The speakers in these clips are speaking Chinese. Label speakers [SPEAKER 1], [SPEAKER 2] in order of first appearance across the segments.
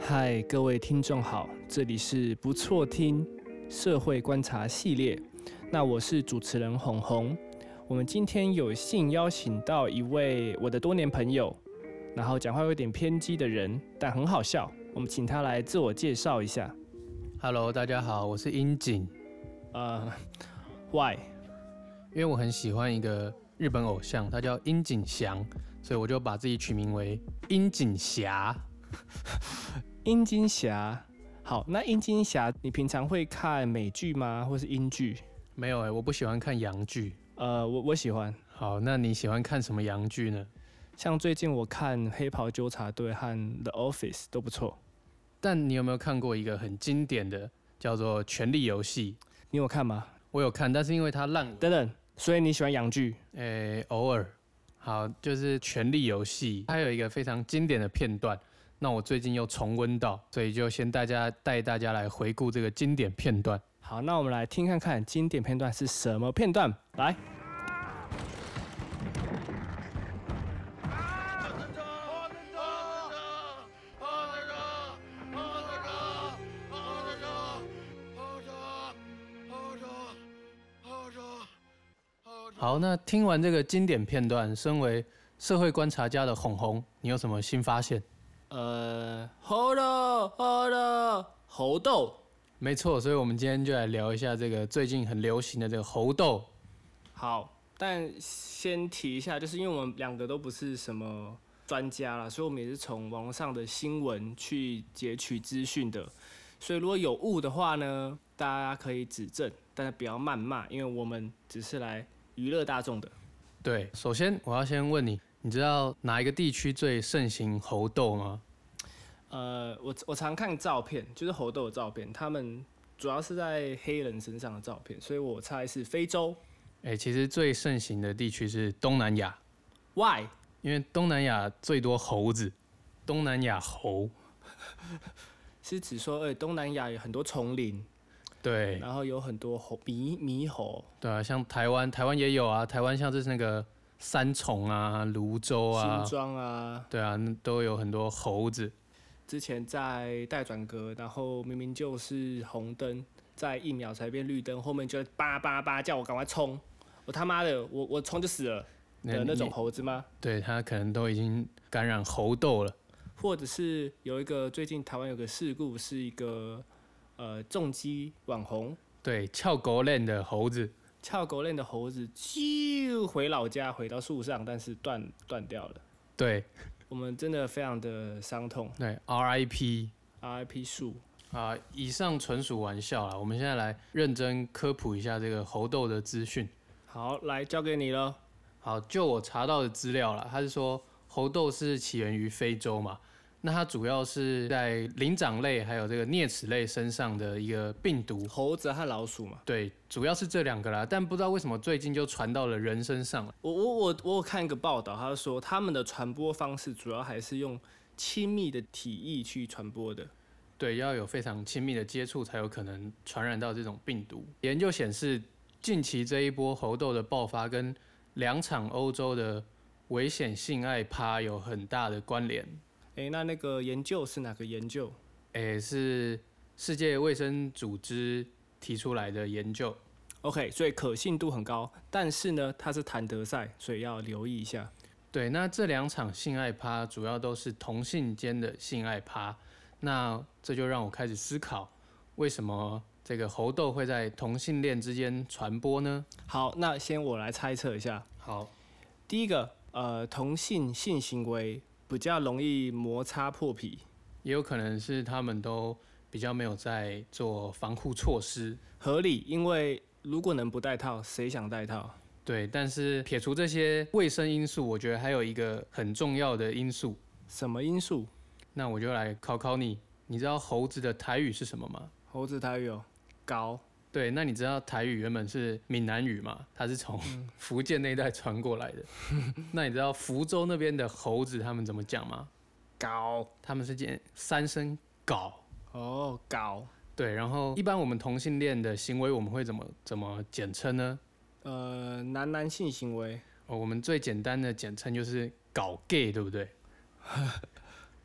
[SPEAKER 1] 嗨，各位听众好，这里是不错听社会观察系列，那我是主持人红红。我们今天有幸邀请到一位我的多年朋友，然后讲话有点偏激的人，但很好笑。我们请他来自我介绍一下。
[SPEAKER 2] Hello，大家好，我是樱井，
[SPEAKER 1] 呃，Why？
[SPEAKER 2] 因为我很喜欢一个日本偶像，他叫樱井翔，所以我就把自己取名为樱井霞。
[SPEAKER 1] 樱金侠。好，那樱金侠，你平常会看美剧吗？或是英剧？
[SPEAKER 2] 没有哎、我不喜欢看洋剧。
[SPEAKER 1] 呃，我我喜欢。
[SPEAKER 2] 好，那你喜欢看什么洋剧呢？
[SPEAKER 1] 像最近我看《黑袍纠察队》和《The Office》都不错。
[SPEAKER 2] 但你有没有看过一个很经典的叫做《权力游戏》？
[SPEAKER 1] 你有看吗？
[SPEAKER 2] 我有看，但是因为它烂尾，
[SPEAKER 1] 等等，所以你喜欢洋剧？
[SPEAKER 2] 诶、偶尔。好，就是《权力游戏》，它有一个非常经典的片段，那我最近又重温到，所以就先大家带大家来回顾这个经典片段。
[SPEAKER 1] 好，那我们来听看看经典片段是什么片段。来，
[SPEAKER 2] 好，那听完这个经典片段，身为社会观察家的红红，你有什么新发现？
[SPEAKER 1] 呃，猴豆，猴豆，猴豆。
[SPEAKER 2] 没错，所以我们今天就来聊一下这个最近很流行的这个猴痘。
[SPEAKER 1] 好，但先提一下，就是因为我们两个都不是什么专家啦，所以我们也是从网络上的新闻去截取资讯的。所以如果有误的话呢，大家可以指正，但是不要谩骂，因为我们只是来娱乐大众的。
[SPEAKER 2] 对，首先我要先问你，你知道哪一个地区最盛行猴痘吗？
[SPEAKER 1] 呃，我我常看照片，就是猴豆的照片，他们主要是在黑人身上的照片，所以我猜是非洲。
[SPEAKER 2] 哎、其实最盛行的地区是东南亚，
[SPEAKER 1] Why？
[SPEAKER 2] 因为东南亚最多猴子，东南亚猴。
[SPEAKER 1] 是指说，呃，东南亚有很多丛林，
[SPEAKER 2] 对
[SPEAKER 1] 然后有很多猴猕猕猴，
[SPEAKER 2] 对啊，像台湾，台湾也有啊，台湾像是那个三重啊、泸州啊
[SPEAKER 1] 新，庄啊，
[SPEAKER 2] 对啊，那都有很多猴子。
[SPEAKER 1] 之前在待转格，然后明明就是红灯，在一秒才变绿灯，后面就叭叭叭叫我赶快冲，我他妈的，我我冲就死了的那种
[SPEAKER 2] 你，
[SPEAKER 1] 猴子吗？
[SPEAKER 2] 对他可能都已经感染猴痘了。
[SPEAKER 1] 或者是有一个最近台湾有个事故，是一个呃重击网红
[SPEAKER 2] 对，翘狗链的猴子，
[SPEAKER 1] 翘狗链的猴子就回老家，回到树上，但是断断掉了。
[SPEAKER 2] 对
[SPEAKER 1] 我们真的非常的伤痛
[SPEAKER 2] 对，RIP
[SPEAKER 1] ，RIP 树。
[SPEAKER 2] 啊、以上纯属玩笑啦。我们现在来认真科普一下这个猴痘的资讯。
[SPEAKER 1] 好，来交给你了。
[SPEAKER 2] 好，就我查到的资料啦，他是说猴痘是起源于非洲嘛，那它主要是在灵长类还有这个啮齿类身上的一个病毒。
[SPEAKER 1] 猴子和老鼠嘛，
[SPEAKER 2] 对，主要是这两个啦，但不知道为什么最近就传到了人身上了。
[SPEAKER 1] 我我我我有看一个报道，他说他们的传播方式主要还是用亲密的体液去传播的。
[SPEAKER 2] 对，要有非常亲密的接触才有可能传染到这种病毒。研究显示，近期这一波猴痘的爆发跟两场欧洲的危险性爱趴有很大的关联。
[SPEAKER 1] 诶，那那个研究是哪个研究？
[SPEAKER 2] 诶，是世界卫生组织提出来的研究。
[SPEAKER 1] OK，所以可信度很高，但是呢，它是谭德赛，所以要留意一下。
[SPEAKER 2] 对，那这两场性爱趴主要都是同性间的性爱趴，那这就让我开始思考，为什么这个猴痘会在同性恋之间传播呢？
[SPEAKER 1] 好，那先我来猜测一下，
[SPEAKER 2] 好，
[SPEAKER 1] 第一个，呃，同性性行为比较容易摩擦破皮，
[SPEAKER 2] 也有可能是他们都比较没有在做防护措施。
[SPEAKER 1] 合理，因为如果能不戴套，谁想戴套？
[SPEAKER 2] 对，但是撇除这些卫生因素，我觉得还有一个很重要的因素。
[SPEAKER 1] 什么因素？
[SPEAKER 2] 那我就来考考你，你知道猴子的台语是什么吗？
[SPEAKER 1] 猴子台语有高，
[SPEAKER 2] 对，那你知道台语原本是闽南语嘛？它是从 福建那一带传过来的。那你知道福州那边的猴子他们怎么讲吗？
[SPEAKER 1] 高
[SPEAKER 2] 他们是讲三声“搞
[SPEAKER 1] 哦，高，”。
[SPEAKER 2] 对，然后一般我们同性恋的行为我们会怎么怎么简称呢？
[SPEAKER 1] 呃，男男性行为，
[SPEAKER 2] 哦，我们最简单的简称就是“搞 gay”，对不对？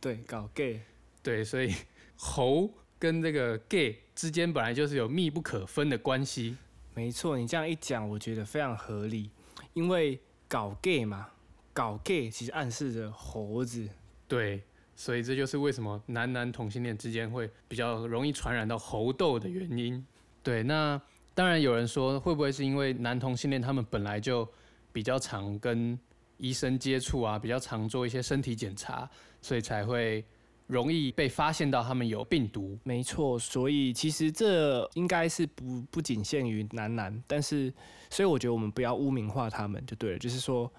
[SPEAKER 1] 对，搞 gay，
[SPEAKER 2] 对，所以 猴跟这个 gay 之间本来就是有密不可分的关系。
[SPEAKER 1] 没错，你这样一讲，我觉得非常合理，因为搞 gay 嘛，搞 gay 其实暗示着猴子。
[SPEAKER 2] 对，所以这就是为什么男男同性恋之间会比较容易传染到猴痘的原因。对，那当然有人说，会不会是因为男同性恋他们本来就比较常跟医生接触啊，比较常做一些身体检查，所以才会容易被发现到他们有病毒。
[SPEAKER 1] 没错，所以其实这应该是不不仅限于男男，但是所以我觉得我们不要污名化他们就对了，就是说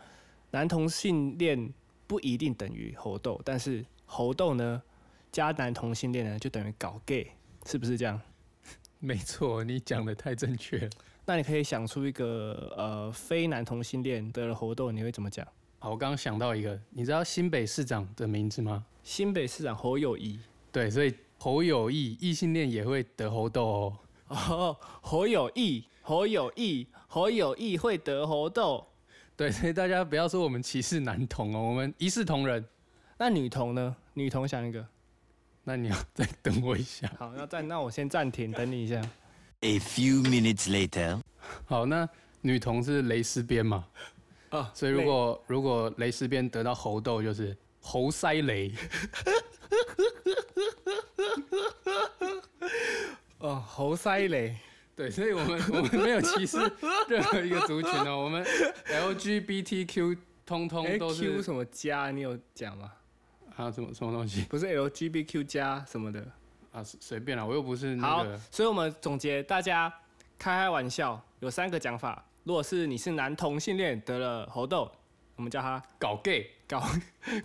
[SPEAKER 1] 男同性恋不一定等于猴痘，但是猴痘呢加男同性恋呢就等于搞 gay，是不是这样？
[SPEAKER 2] 没错，你讲的太正确了。
[SPEAKER 1] 那你可以想出一个呃非男同性恋得了猴痘，你会怎么讲？
[SPEAKER 2] 好，我刚刚想到一个，你知道新北市长的名字吗？
[SPEAKER 1] 新北市长侯友谊
[SPEAKER 2] 对，所以侯友谊异性恋也会得猴痘哦。
[SPEAKER 1] 哦，侯友谊，侯友谊，侯友谊会得猴痘，
[SPEAKER 2] 对，所以大家不要说我们歧视男同哦，我们一视同仁。
[SPEAKER 1] 那女童呢？女童想一个。
[SPEAKER 2] 那你要 再等我一下。
[SPEAKER 1] 好，那暂那我先暂停，等你一下。
[SPEAKER 3] A few minutes later.
[SPEAKER 2] 好，那女童是蕾丝边嘛，
[SPEAKER 1] 啊
[SPEAKER 2] 所以如果如果蕾丝边得到猴痘，就是猴塞雷。
[SPEAKER 1] 哦，猴塞雷，
[SPEAKER 2] 对，所以我们我们没有歧视任何一个族群哦，我们 LGBTQ 通通
[SPEAKER 1] 哎
[SPEAKER 2] 都
[SPEAKER 1] ，Q
[SPEAKER 2] 是
[SPEAKER 1] 什么加？你有讲吗？
[SPEAKER 2] 啊，什么什么东西
[SPEAKER 1] 不是 LGBTQ 加什么的。
[SPEAKER 2] 啊，随随便啦，我又不是那
[SPEAKER 1] 好
[SPEAKER 2] 个，
[SPEAKER 1] 所以我们总结，大家开开玩笑，有三个讲法。如果是你是男同性恋得了猴痘，我们叫他
[SPEAKER 2] 搞 gay
[SPEAKER 1] 搞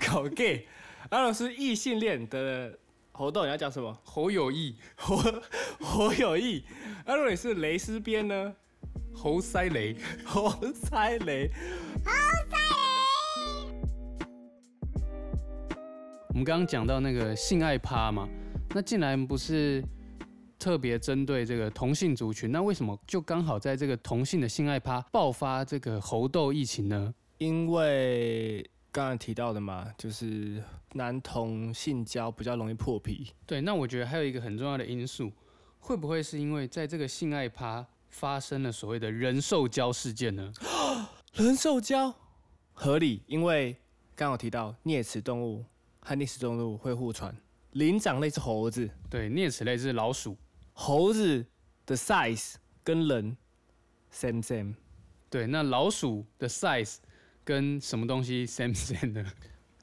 [SPEAKER 1] 搞 gay；然 后是异性恋得了猴痘，你要讲什么？
[SPEAKER 2] 猴友谊、
[SPEAKER 1] 侯侯友谊。那如果你是蕾丝边 呢？
[SPEAKER 2] 猴塞雷。
[SPEAKER 1] 侯塞雷。
[SPEAKER 2] 我们刚刚讲到那个性爱趴嘛，那竟然不是特别针对这个同性族群，那为什么就刚好在这个同性的性爱趴爆发这个猴痘疫情呢？
[SPEAKER 1] 因为刚才提到的嘛，就是男同性交比较容易破皮。
[SPEAKER 2] 对，那我觉得还有一个很重要的因素，会不会是因为在这个性爱趴发生了所谓的人兽交事件呢？
[SPEAKER 1] 人兽交合理，因为刚好提到啮齿动物和啮齿动物会互传，灵长类是猴子，
[SPEAKER 2] 对，啮齿类是老鼠，
[SPEAKER 1] 猴子的 size 跟人 same same。
[SPEAKER 2] 对，那老鼠的 size 跟什么东西 same same 呢？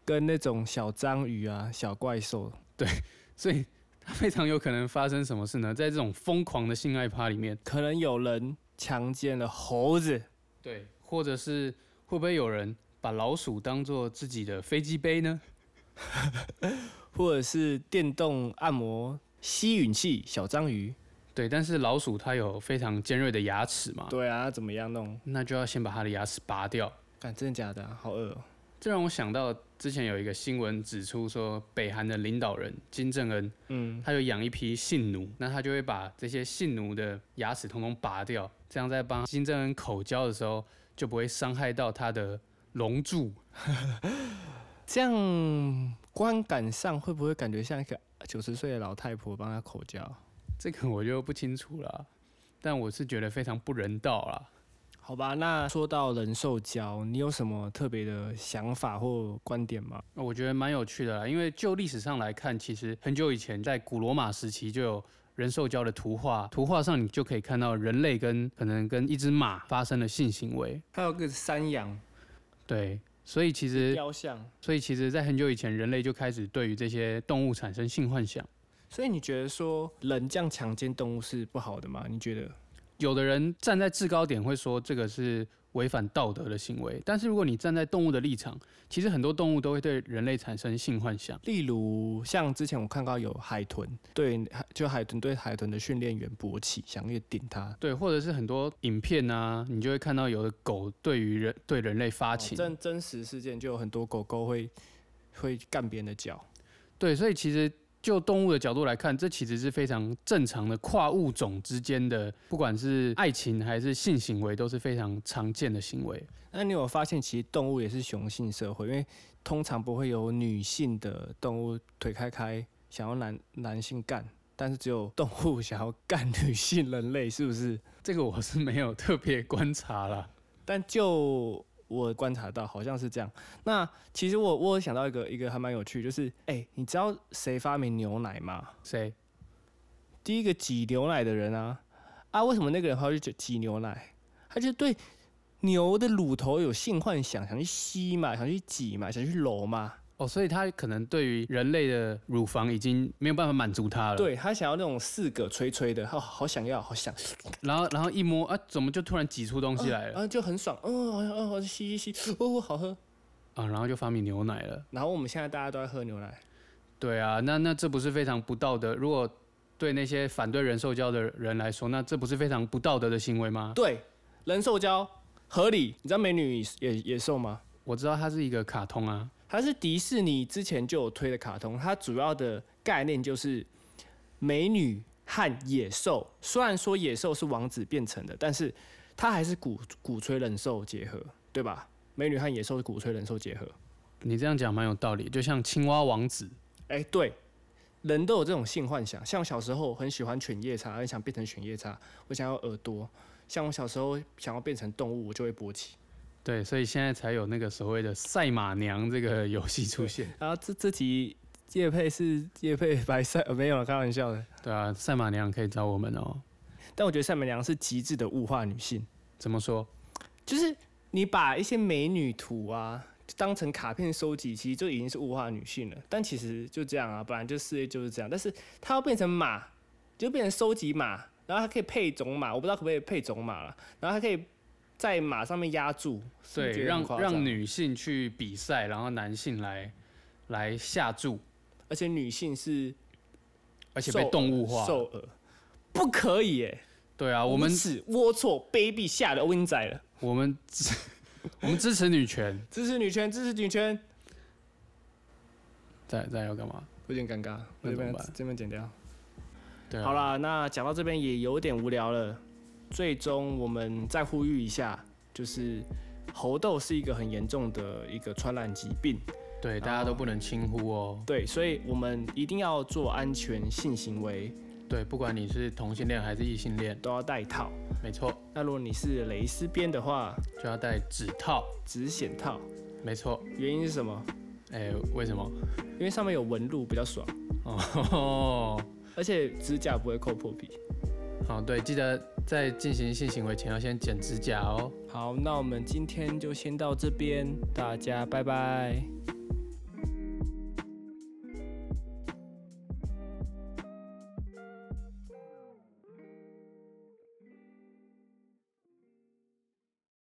[SPEAKER 1] 跟那种小章鱼啊、小怪兽，
[SPEAKER 2] 所以它非常有可能发生什么事呢？在这种疯狂的性爱趴里面。
[SPEAKER 1] 可能有人强奸了猴子，
[SPEAKER 2] 对，或者是会不会有人把老鼠当做自己的飞机杯呢？
[SPEAKER 1] 或者是电动按摩吸吮器小章鱼。
[SPEAKER 2] 对，但是老鼠它有非常尖锐的牙齿嘛，
[SPEAKER 1] 对啊，怎么样弄？
[SPEAKER 2] 那就要先把它的牙齿拔掉。
[SPEAKER 1] 干，真的假的、啊？好饿、哦。
[SPEAKER 2] 这让我想到之前有一个新闻指出说，北韩的领导人金正恩，
[SPEAKER 1] 嗯，
[SPEAKER 2] 他有养一批性奴，那他就会把这些性奴的牙齿通通拔掉，这样在帮金正恩口交的时候就不会伤害到他的龙柱。
[SPEAKER 1] 这样观感上会不会感觉像一个九十岁的老太婆帮他口交？
[SPEAKER 2] 这个我就不清楚了啊，但我是觉得非常不人道啦。
[SPEAKER 1] 好吧，那说到人兽交，你有什么特别的想法或观点吗？
[SPEAKER 2] 我觉得蛮有趣的啦，因为就历史上来看，其实很久以前在古罗马时期就有人兽交的图画，图画上你就可以看到人类跟可能跟一只马发生了性行为，
[SPEAKER 1] 还有个山羊
[SPEAKER 2] 对，所以其实
[SPEAKER 1] 雕像，
[SPEAKER 2] 所以其实，在很久以前，人类就开始对于这些动物产生性幻想。
[SPEAKER 1] 所以你觉得说人这样强奸动物是不好的吗？你觉得？
[SPEAKER 2] 有的人站在制高点会说这个是违反道德的行为，但是如果你站在动物的立场，其实很多动物都会对人类产生性幻想。
[SPEAKER 1] 例如，像之前我看到有海豚对，就海豚对海豚的训练员勃起，想要顶它，
[SPEAKER 2] 对，或者是很多影片啊，你就会看到有的狗对于人对人类发情，
[SPEAKER 1] 哦真真实事件就有很多狗狗会会干别人的脚，
[SPEAKER 2] 对，所以其实就动物的角度来看，这其实是非常正常的跨物种之间的，不管是爱情还是性行为，都是非常常见的行为。
[SPEAKER 1] 那你有发现，其实动物也是雄性社会，因为通常不会有女性的动物腿开开想要男男性干，但是只有动物想要干女性人类，是不是？
[SPEAKER 2] 这个我是没有特别观察啦。
[SPEAKER 1] 但就我观察到，好像是这样。那其实我我有想到一个一个还蛮有趣，就是哎、你知道谁发明牛奶吗？
[SPEAKER 2] 谁？
[SPEAKER 1] 第一个挤牛奶的人啊啊，为什么那个人他会去挤牛奶？他就对牛的乳头有性幻想，想去吸嘛，想去挤嘛，想去揉嘛。
[SPEAKER 2] 哦，所以他可能对于人类的乳房已经没有办法满足他了。。
[SPEAKER 1] 对他想要那种四个吹吹的，哦，好想要，好想，
[SPEAKER 2] 然后，然后一摸啊，怎么就突然挤出东西来
[SPEAKER 1] 然
[SPEAKER 2] 了
[SPEAKER 1] 后就很爽，哦，好想，哦，吸吸吸，哦，好喝。
[SPEAKER 2] 啊？然后就发明牛奶了。
[SPEAKER 1] 然后我们现在大家都在喝牛奶，
[SPEAKER 2] 对啊，那那这不是非常不道德？如果对那些反对人受教的人来说，那这不是非常不道德的行为吗？
[SPEAKER 1] 对，人兽交合理。你知道美女野野兽吗？
[SPEAKER 2] 我知道它是一个卡通啊，
[SPEAKER 1] 它是迪士尼之前就有推的卡通，它主要的概念就是美女和野兽。虽然说野兽是王子变成的，但是它还是鼓鼓吹人兽结合，对吧？美女和野兽是鼓吹人兽结合。
[SPEAKER 2] 你这样讲蛮有道理，就像青蛙王子，
[SPEAKER 1] 哎、对，人都有这种性幻想。像我小时候很喜欢犬夜叉，很想变成犬夜叉，我想要耳朵。像我小时候想要变成动物，我就会勃起。
[SPEAKER 2] 对，所以现在才有那个所谓的赛马娘这个游戏出现。
[SPEAKER 1] 然啊后这这集叶配是叶配白赛、呃，没有了，开玩笑的。
[SPEAKER 2] 对啊，赛马娘可以找我们哦。
[SPEAKER 1] 但我觉得赛美娘是极致的物化女性，
[SPEAKER 2] 怎么说？
[SPEAKER 1] 就是你把一些美女图啊。当成卡片收集，其实就已经是物化女性了。但其实就这样啊，本来就事业就是这样。但是它要变成马，就变成收集马，然后它可以配种马，我不知道可不可以配种马了。然后它可以在马上面压住，是不是
[SPEAKER 2] 对，
[SPEAKER 1] 觉得很
[SPEAKER 2] 让
[SPEAKER 1] 夸张
[SPEAKER 2] 让，女性去比赛，然后男性来来下注，
[SPEAKER 1] 而且女性是
[SPEAKER 2] 而且被动物化。
[SPEAKER 1] 受饵，不可以耶、
[SPEAKER 2] 对啊，我们
[SPEAKER 1] 是龌龊、卑鄙、下流，我跟你宰了。
[SPEAKER 2] 我们我们支 持女权。
[SPEAKER 1] 支持女权，支持女权，
[SPEAKER 2] 再再要干嘛？
[SPEAKER 1] 有点尴尬，我这
[SPEAKER 2] 那怎么
[SPEAKER 1] 边
[SPEAKER 2] 办
[SPEAKER 1] 这边剪掉。
[SPEAKER 2] 对啊，
[SPEAKER 1] 好，啦，那讲到这边也有点无聊了。最终我们再呼吁一下，就是猴痘是一个很严重的一个传染疾病，
[SPEAKER 2] 对，大家都不能轻忽哦。
[SPEAKER 1] 对，所以我们一定要做安全性行为，
[SPEAKER 2] 对，不管你是同性恋还是异性恋，
[SPEAKER 1] 都要戴套。
[SPEAKER 2] 没错，
[SPEAKER 1] 那如果你是蕾丝边的话，
[SPEAKER 2] 就要戴指套，
[SPEAKER 1] 只显套。
[SPEAKER 2] 没错。
[SPEAKER 1] 原因是什么？
[SPEAKER 2] 哎，为什么？
[SPEAKER 1] 因为上面有纹路比较爽，
[SPEAKER 2] 哦，
[SPEAKER 1] 而且指甲不会抠破皮。
[SPEAKER 2] 好，对，记得在进行性行为前要先剪指甲哦。
[SPEAKER 1] 好，那我们今天就先到这边，大家拜拜。